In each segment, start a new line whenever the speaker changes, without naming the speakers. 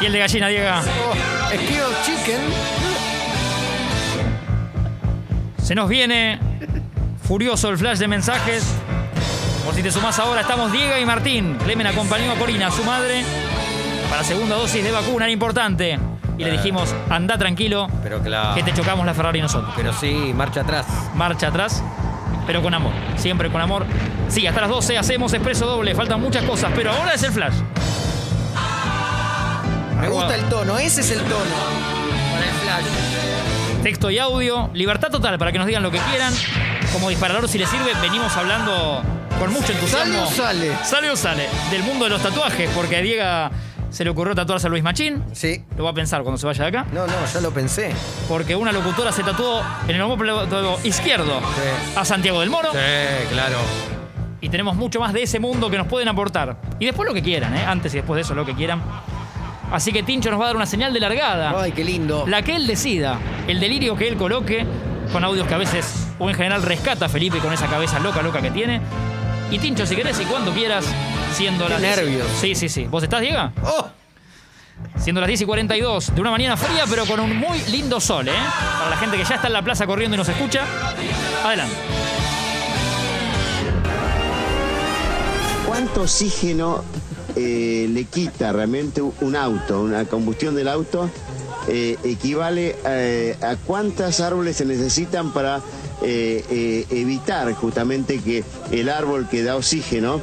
Y el de gallina, Diego.
Oh, Esquivo Chicken.
Se nos viene furioso el flash de mensajes. Por si te sumás ahora, estamos Diego y Martín. Clemen acompañó a Corina, su madre, para segunda dosis de vacuna, era importante. Y le dijimos, anda tranquilo,
Pero claro.
que te chocamos la Ferrari nosotros.
Pero sí, marcha atrás.
Marcha atrás, pero con amor. Siempre con amor. Sí, hasta las 12 hacemos expreso doble. Faltan muchas cosas, pero ahora es el flash.
Me gusta el tono, ese es el tono.
Para el flash.
Texto y audio. Libertad total para que nos digan lo que quieran. Como disparador, si les sirve, venimos hablando con mucho entusiasmo.
Sale o sale.
Sale o sale. Del mundo de los tatuajes, porque a Diego se le ocurrió tatuarse a Luis Machín.
Sí.
Lo va a pensar cuando se vaya de acá.
No, no, ya lo pensé.
Porque una locutora se tatuó en el homóplato izquierdo
Sí.
a Santiago del Moro.
Sí, claro.
Y tenemos mucho más de ese mundo que nos pueden aportar. Y después lo que quieran, ¿eh? Antes y después de eso, lo que quieran. Así que Tincho nos va a dar una señal de largada.
Ay, qué lindo.
Ah. La que él decida, el delirio que él coloque, con audios que a veces, o en general, rescata a Felipe con esa cabeza loca, loca que tiene. Y Tincho, si querés y cuando quieras, siendo
Qué
las.
nervios.
Sí, sí, sí. ¿Vos estás, Diego?
¡Oh!
Siendo las 10 y 42, de una mañana fría, pero con un muy lindo sol, ¿eh? Para la gente que ya está en la plaza corriendo y nos escucha. Adelante.
¿Cuánto oxígeno eh, le quita realmente un auto, una combustión del auto? eh, equivale eh, a cuántas árboles se necesitan para eh, eh, evitar justamente que el árbol que da oxígeno,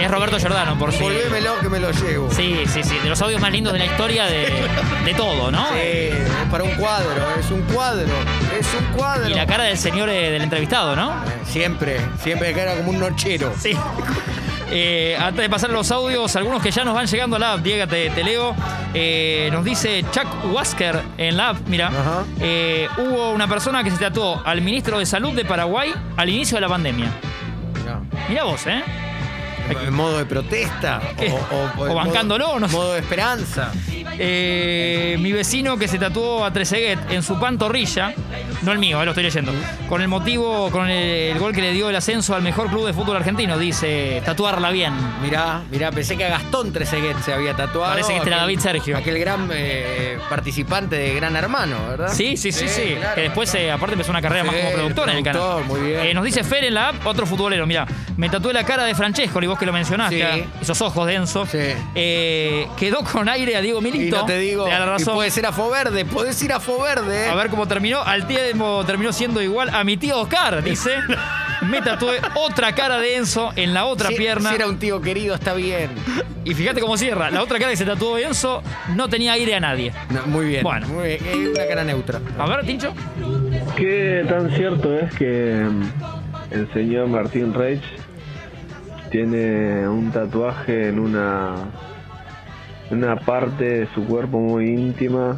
Es Roberto Giordano, por si.
Volvémelo que me lo llevo.
Sí, sí, sí. De los audios más lindos de la historia de, de todo, ¿no?
Sí, es para un cuadro, es un cuadro, es un cuadro. Eh,
Y la cara del señor eh, del entrevistado, ¿no?
Siempre, siempre que era como un nochero.
Sí. Eh, antes de pasar a los audios, algunos que ya nos van llegando a la app, Diego, te, te leo. Eh, nos dice Chuck Wasker en la app, mira.
Ajá.
Eh, hubo una persona que se tatuó al ministro de Salud de Paraguay al inicio de la pandemia.
No.
Mira vos, ¿eh?
¿En modo de protesta?
¿Qué?
en
¿O bancándolo?
Modo,
No sé.
modo de esperanza.
Eh, mi vecino que se tatuó a Trezeguet en su pantorrilla, no el mío, eh, lo estoy leyendo, con el motivo, con el, el gol que le dio el ascenso al mejor club de fútbol argentino, dice, tatuarla bien.
Mirá, mirá, pensé que a Gastón Trezeguet se había tatuado.
Parece que este era David Sergio.
Aquel gran eh, participante de Gran Hermano, ¿verdad?
Sí, sí, sí, sí.
claro.
que después, eh, aparte, empezó una carrera más
Sí,
como productor en el canal.
productor, muy bien.
Eh, nos dice Fer en la app, otro futbolero, mira, me tatué la cara de Francesco, y vos que lo mencionaste,
Sí.
esos ojos densos.
Sí.
Eh, quedó con aire a Diego Milito.
Y no te digo,
da la
y
razón.
puedes ir a Foverde, podés ir a Foverde. eh.
A ver cómo terminó. Al tiempo terminó siendo igual a mi tío Oscar, dice. Me tatué otra cara de Enzo en la otra
Si-
pierna.
Si era un tío querido, está bien.
Y fíjate cómo cierra. La otra cara que se tatuó Enzo no tenía aire a nadie.
No, muy bien.
Bueno.
Muy bien. Es una cara neutra.
A ver, Tincho.
¿Qué tan cierto es que mm, el señor Martín Reich tiene un tatuaje en una, en una parte de su cuerpo muy íntima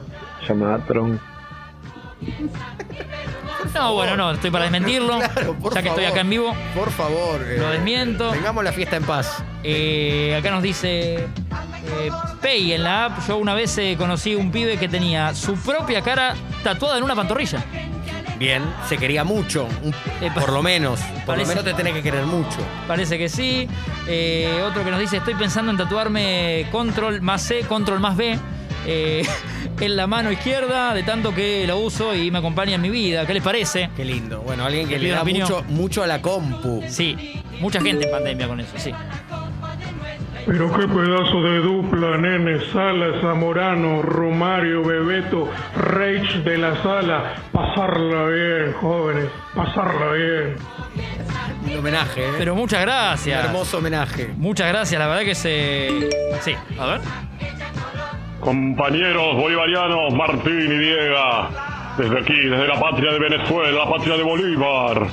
llamada tronco?
No, bueno, no, estoy para desmentirlo.
Claro, por
ya que estoy
favor.
acá en vivo.
Por favor. eh,
Lo desmiento.
Tengamos la fiesta en paz.
Eh, acá nos dice eh, Pay en la app. Yo una vez eh, conocí un pibe que tenía su propia cara tatuada en una pantorrilla.
Bien, se quería mucho, un-
Epa.
por lo menos. Por lo
Parece-
menos te tenés que querer mucho.
Parece que sí. Eh, otro que nos dice, estoy pensando en tatuarme control más C, control más B. eh, en la mano izquierda, de tanto que lo uso y me acompaña en mi vida. ¿Qué les parece?
Qué lindo. Bueno, alguien que
Te
le
pido
da
una opinión.
mucho, mucho a la compu.
Sí, mucha gente en pandemia con eso, sí.
Pero qué pedazo de dupla, nene, Sala, Zamorano, Romario, Bebeto, Reich de la Sala. Pasarla bien, jóvenes, pasarla bien.
Un homenaje, ¿eh?
Pero muchas
un
gracias.
hermoso homenaje.
Muchas gracias, la verdad que se... Sí, a ver.
Compañeros bolivarianos Martín y Diega, Ah, desde aquí, desde la patria de Venezuela, la patria de Bolívar,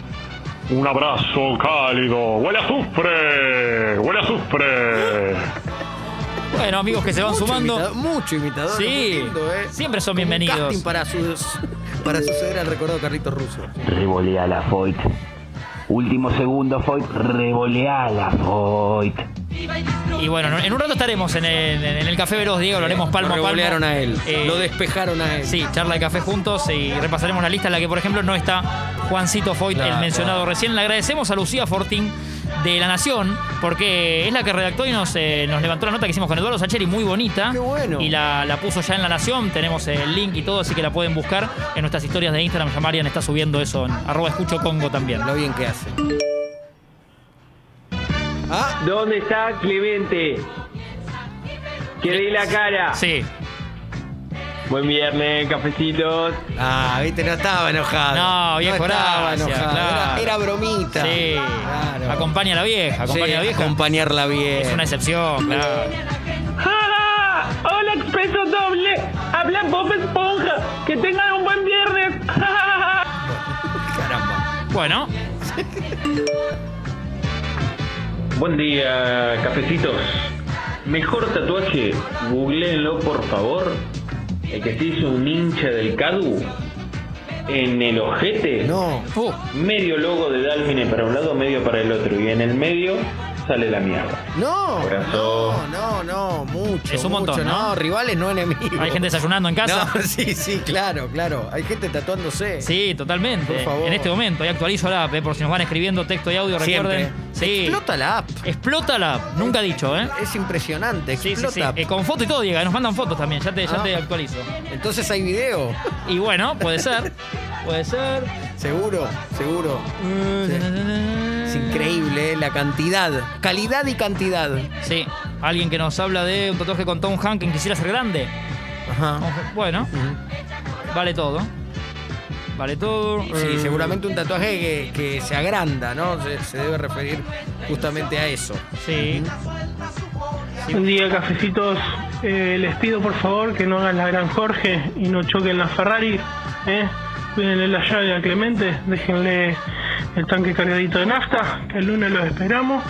un abrazo cálido. ¡Huele a azufre! ¡Huele a azufre!
Bueno, amigos que se van
Mucho
sumando.
imitador- mucho imitador.
Sí,
muy lindo, eh.
siempre son
Como un
bienvenidos.
casting para, sus, para suceder al recordado Carlitos Russo.
Revoleala, Foyt. Último segundo, Foyt. Revoleala, Foyt.
Y bueno, en un rato estaremos en el, en el Café Veloz, Diego, lo haremos palmo a
Lo
palmo.
revolearon a él.
Eh,
lo despejaron a él.
Sí, charla de café juntos y repasaremos la lista en la que, por ejemplo, no está Juancito Foyt,
Claro.
el mencionado recién. Le agradecemos a Lucía Fortín de La Nación, porque es la que redactó y nos, eh, nos levantó la nota que hicimos con Eduardo Sacheri, muy bonita.
Qué bueno.
Y la, la puso ya en La Nación, tenemos el link y todo, así que la pueden buscar en nuestras historias de Instagram. Ya Marian está subiendo eso en arroba escucho congo también.
Lo bien que hace. Ah,
¿Dónde está Clemente? Que di la cara.
Sí.
Buen viernes, cafecitos.
ah, viste, no estaba enojado.
No,
bien
viejo,
estaba
gracias,
enojado.
claro.
Era, era bromita.
Sí.
Claro.
Acompaña a la vieja, acompaña
Sí,
a la vieja.
acompañarla bien.
Es una excepción, claro.
¡Hola, expreso doble! ¡Habla Bob Esponja! ¡Que tengan un buen viernes!
Caramba.
Bueno,
Buen día, cafecitos. Mejor tatuaje, googleenlo por favor. El que se hizo un hincha del Cadu en el ojete.
No.
uh,
Medio logo de Dalmine para un lado, medio para el otro. Y en el medio sale la mierda.
No. No,
Corazón.
no, no. Mucho.
Es un
mucho,
montón, ¿no?
rivales no enemigos.
hay gente desayunando en casa.
No, sí, sí, claro, claro. Hay gente tatuándose.
Sí, totalmente.
Por favor.
En este momento, ahí actualizo la app, eh, por si nos van escribiendo texto y audio,
Siempre.
recuerden. Sí.
eh. Explota la app.
Explota la app, nunca dicho, ¿eh?
Es impresionante,
Sí, sí,
explota.
sí. Eh, con foto y todo, Diego, nos mandan fotos también, ya te, ya
Ah.
te actualizo.
Entonces hay video.
Y bueno, puede ser, puede ser.
Seguro, seguro. Es increíble eh, la cantidad. Calidad y cantidad.
Sí, alguien que nos habla de un tatuaje con Tom Hanks que quisiera ser grande.
Ajá.
Bueno,
Ah. Ujú.
vale todo. Vale todo.
Sí,
Eh,
seguramente un tatuaje que, que se agranda, ¿no? Se, se debe referir justamente a eso.
Sí.
Buen día, cafecitos. Eh, les pido por favor que no hagan la gran Jorge y no choquen la Ferrari. ¿eh? Cuídenle la llave a Clemente, déjenle el tanque cargadito de nafta, que el lunes los esperamos.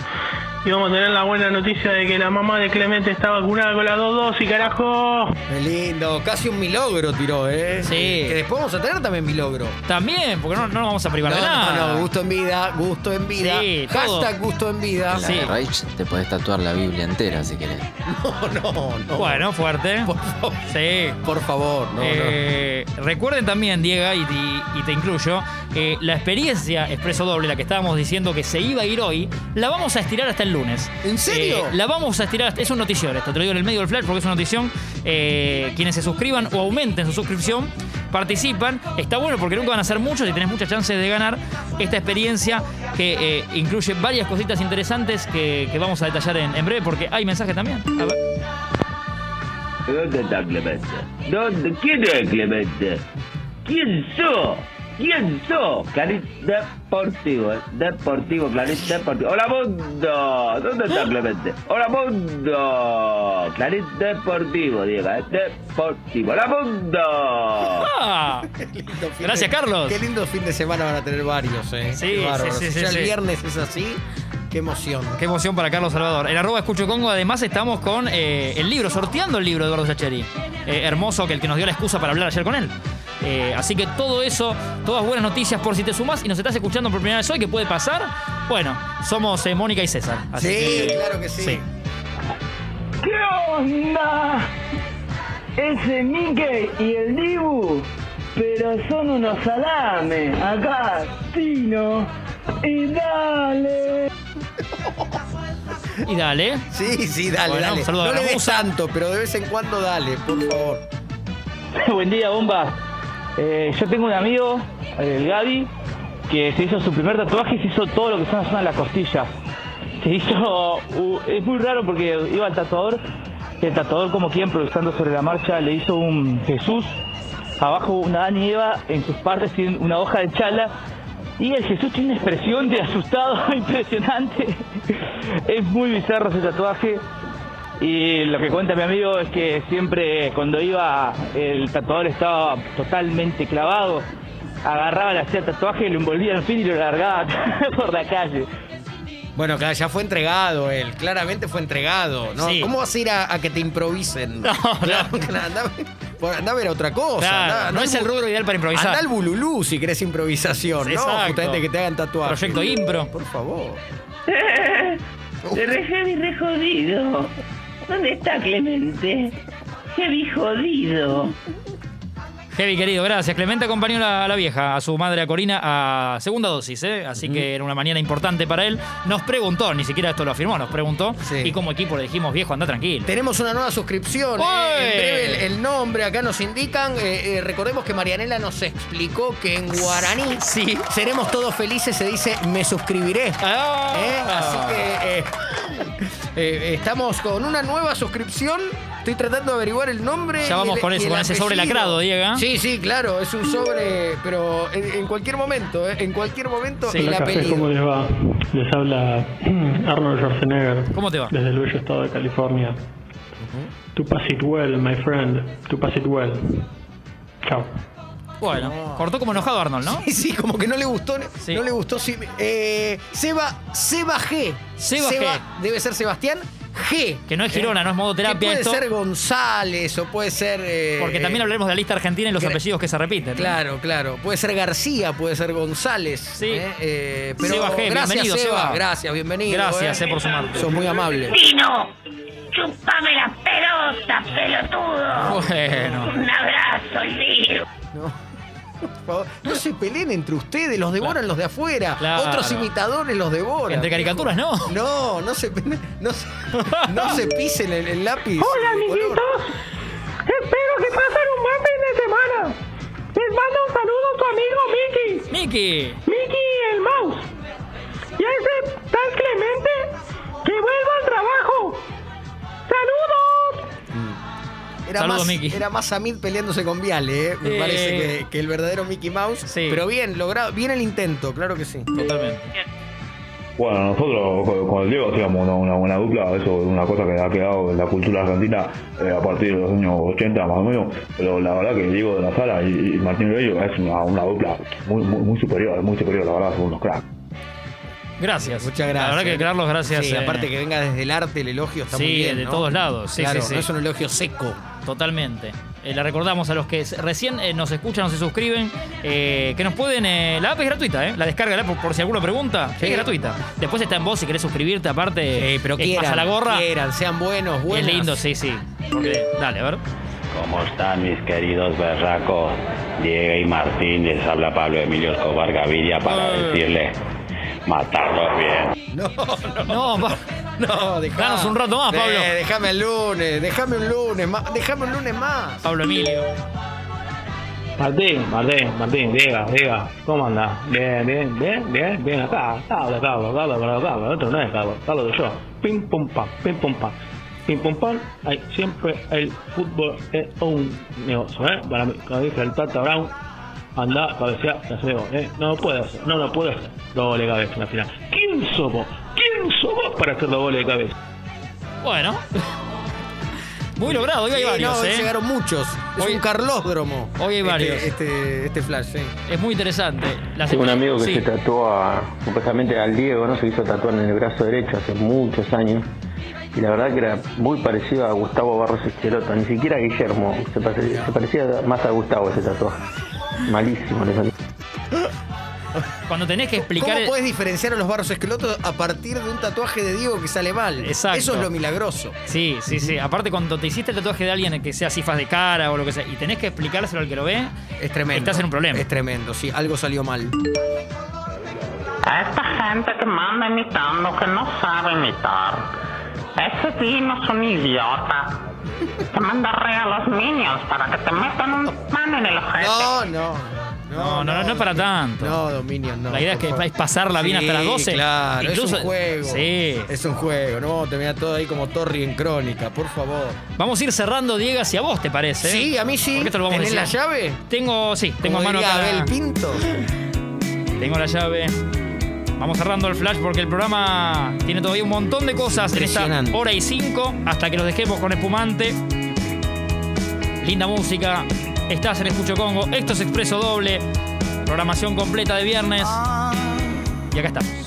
Y vamos a tener la buena noticia de que la mamá de Clemente está vacunada con las dos dosis, carajo.
Qué lindo. Casi un milagro tiró, ¿eh?
Sí.
Que después vamos a tener también milagro.
También, porque no, no nos vamos a
No,
privar de nada.
no, no, gusto en vida, gusto en vida.
Sí, todo.
Hashtag gusto en vida.
Sí.
Reich, te podés tatuar la Biblia entera si querés.
No, no, no.
Bueno, fuerte.
Por favor.
Sí.
Por favor, no, no.
Eh, Recuerden también, Diego, y, y- y te incluyo, eh, la experiencia Expreso Doble, la que estábamos diciendo que se iba a ir hoy, la vamos a estirar hasta el lunes. Eh,
¿En serio?
la vamos a estirar, hasta- es un notición esto, te lo digo en el medio del flash porque es una notición. eh, quienes se suscriban o aumenten su suscripción, participan. Está bueno porque nunca van a ser muchos y tenés muchas chances de ganar esta experiencia que eh, incluye varias cositas interesantes que, que vamos a detallar en, en breve porque hay mensajes también. A ver.
¿Dónde está Clemente? ¿Dónde? ¿Quién es Clemente? ¿Quién sos? ¿Quién sos? Clarín Deportivo, eh. Deportivo, Clarín Deportivo. ¡Hola mundo! ¿Dónde está Clemente? ¡Hola mundo! Clarín Deportivo, Diego, eh. Deportivo. ¡Hola mundo!
Ah.
Lindo fin
Gracias,
de-
Carlos.
Qué lindo fin de semana van a tener varios, ¿eh?
Sí,
Qué
sí,
bárbaro.
sí,
Si
sí,
ya
sí.
el viernes es así, qué emoción.
Qué emoción para Carlos Salvador. En arroba escucho Congo, además estamos con eh, el libro, sorteando el libro de Eduardo Sacheri. Eh, hermoso, que el que nos dio la excusa para hablar ayer con él. Eh, así que todo eso, todas buenas noticias por si te sumás y nos estás escuchando por primera vez hoy, que puede pasar. Bueno, somos eh, Mónica y César. Así
sí,
que-
claro que sí.
sí.
¿Qué onda? Ese Mike y el Dibu, pero son unos salames. Acá, Tino y dale.
Y dale.
Sí, sí, dale,
Bueno,
dale.
un saludo
No
a la
le des
musa.
tanto, pero de vez en cuando dale, por favor.
Buen día, bomba. Eh, yo tengo un amigo, el Gaby, que se hizo su primer tatuaje y se hizo todo lo que son las zonas de las costillas. Se hizo. u- es muy raro porque iba al tatuador, y el tatuador, como quien, improvisando sobre la marcha, le hizo un Jesús, abajo una Adán y Eva, en sus partes tiene una hoja de chala. Y el Jesús tiene una expresión de asustado impresionante. Es muy bizarro ese tatuaje. Y lo que cuenta mi amigo es que siempre cuando iba el tatuador estaba totalmente clavado, agarraba, le hacía tatuaje, lo envolvía en fin y lo largaba por la calle.
Bueno, claro, ya fue entregado él. Claramente fue entregado. ¿no?
Sí.
¿Cómo vas a ir a, a que te improvisen?
No,
Claro, claro, andá, por- andá a ver otra cosa.
Claro,
andá- andá
no
al
es el
bu-
rubro ideal para improvisar.
Andá al bululú si querés improvisación, ¿no?
Exacto.
Justamente que te hagan tatuaje.
Proyecto impro.
Por favor.
Re heavy, re jodido. ¿Dónde está Clemente? Heavy jodido.
Heavy, querido, gracias. Clemente acompañó a la, a la vieja, a su madre, a Corina, a segunda dosis, ¿eh? Así que era una mañana importante para él. Nos preguntó, ni siquiera esto lo afirmó, nos preguntó.
Sí.
Y como equipo le dijimos, viejo, anda tranquilo.
Tenemos una nueva suscripción.
¡Ué!
eh, en breve el, el nombre acá nos indican. Eh, eh, recordemos que Marianela nos explicó que en guaraní
Sí.
seremos todos felices. Se dice me suscribiré.
Ah.
¿eh? Así que eh, eh, estamos con una nueva suscripción. Estoy tratando de averiguar el nombre.
Ya
y
vamos
el-
con
y
eso,
el
con ese sobre
apellido.
lacrado, Diego. ¿eh?
Sí, sí, claro, es un sobre, pero en, en cualquier momento, ¿eh? en cualquier momento
Sí.
el
Hola,
Café, ¿cómo
apellido.
les va? Les habla Arnold Schwarzenegger
¿Cómo te va?
desde el bello estado de California. To pass it well, my friend. To pass it well. Chao.
Bueno, cortó como enojado Arnold, ¿no?
Sí, sí, como que no le gustó,
Sí.
no le gustó. sí, eh, Seba, Seba G.
Seba G.
Debe ser Sebastián G. Eh,
Que no es Girona, no es modo
Que
terapia
puede
esto.
ser González o puede ser. eh,
Porque también hablaremos de la lista argentina y los
Gra-
apellidos que se repiten.
Claro, claro. Puede ser García, puede ser González.
Sí.
¿eh? Eh, pero
Seba G,
gracias,
bienvenido,
Seba.
Seba.
Gracias, bienvenido.
Gracias
eh.
eh, por sumarte.
Sos muy amable.
Tino, chupame las pelotas, pelotudo.
Bueno.
Un abrazo, lío.
No. Por favor, no se peleen entre ustedes, los devoran los de afuera.
Claro.
Otros imitadores los devoran.
Entre caricaturas, ¿no?
No, no se, pe- no, se- no se pisen el, el lápiz.
Hola,
de color.
amiguitos. Espero que pasen un buen fin de semana. Les mando un saludo a tu amigo Mickey.
Miki.
Mickey el mouse. Y a ese tal Clemente que vuelva al trabajo. ¡Saludos!
Era,
Saludos,
más,
Mickey.
era más Samid peleándose con Viale, ¿eh? me
Eh.
parece que, que el verdadero Mickey Mouse.
Sí.
Pero bien, logrado, bien el intento, claro que sí.
Totalmente.
Bueno, nosotros con- con el Diego hacíamos una, una buena dupla, eso es una cosa que ha quedado en la cultura argentina eh, a partir de los años 80 más o menos, pero la verdad que Diego de la Sala y, y Martín Bello es una, una dupla muy, muy, muy superior, muy superior, la verdad, son unos cracks.
Gracias.
Muchas gracias.
La verdad que Carlos, gracias.
Sí,
eh,
aparte que venga desde el arte, el elogio está
Sí,
muy bien.
de
¿no?
todos lados, sí,
claro,
sí, sí.
no es un elogio seco.
Totalmente. Eh, la recordamos a los que s- recién eh, nos escuchan o se suscriben, eh, que nos pueden... eh, la app es gratuita, ¿eh? La descarga la app por, por si alguno pregunta.
Sí.
Es gratuita. Después está en vos si querés suscribirte, aparte...
Eh, pero
eh,
quieran,
pasa la gorra.
quieran, sean buenos,
es
buenos.
lindo, sí, sí. Porque- dale, a ver.
¿Cómo están mis queridos berracos? Diego y Martín, les habla Pablo Emilio Escobar Gaviria para
Eh.
decirle, matarlos bien.
No, no.
No, pa-
No, dejá.
Danos un rato más, Pablo.
Eh, déjame el lunes, déjame un lunes más, déjame un lunes más.
Pablo Emilio.
Martín, Martín, Martín, Diego, Diego, ¿cómo andás? Bien, bien, bien, bien, bien, acá, Pablo, Pablo, Pablo, Pablo, Pablo, el otro no es Pablo, Pablo soy yo, pim pum pam, pim pum pam, pim pum pam, hay, siempre el fútbol es un negocio, ¿eh? Para mí, como dice el Tata Brown, anda, cabecea, te hacemos, ¿eh? No lo puede hacer, no lo puede hacer, doble cabeza en la final. ¿Quién somos? ¿Quién somos para hacer doble de cabeza?
Bueno. Muy logrado, hoy hay
Sí,
varios,
no,
¿eh?
llegaron muchos. Es
Hoy-
un carlódromo.
hoy hay
este-
varios.
Este, este, flash, sí.
Es muy interesante. La
Tengo un amigo que
sí.
se tatuó a, supuestamente al Diego, ¿no? Se hizo tatuar en el brazo derecho hace muchos años. Y la verdad que era muy parecido a Gustavo Barros Esqueloto, ni siquiera a Guillermo. Se, pare- se parecía más a Gustavo ese tatuaje. Malísimo le salió.
Cuando tenés que explicar...
¿Cómo
el-
puedes diferenciar a los barros esquelotos a partir de un tatuaje de Diego que sale mal?
Exacto.
Eso es lo milagroso.
Sí, sí, sí. Aparte, cuando te hiciste el tatuaje de alguien que sea cifras de cara o lo que sea, y tenés que explicárselo al que lo ve,
Es tremendo.
Estás en un problema.
Es tremendo, sí. Algo salió mal.
A esta gente que manda imitando que no sabe imitar. Ese Dino es un idiota. Te manda regalos niños para que te metan un pan en el ojete.
No, no.
No, no, no, no es para tanto.
No, Dominion, no.
La idea es
por
que
favor.
vais a pasarla bien hasta las 12.
Claro,
Incluso-
es un juego.
Sí.
Es un juego, no vamos a terminar todo ahí como Torri en crónica, por favor.
Vamos a ir cerrando, Diego, si a vos te parece.
Sí, a mí sí.
Porque esto lo vamos
¿Tenés
a
la
decir.
llave?
Tengo, sí, tengo a
Como
mano
diría
acá. la-
Abel Pinto.
Tengo la llave. Vamos cerrando el flash porque el programa tiene todavía un montón de cosas en esta
Impresionante.
hora y cinco hasta que los dejemos con espumante. Linda música. Estás en Escucho Congo. Esto es Expreso Doble. Programación completa de viernes. Y acá estamos.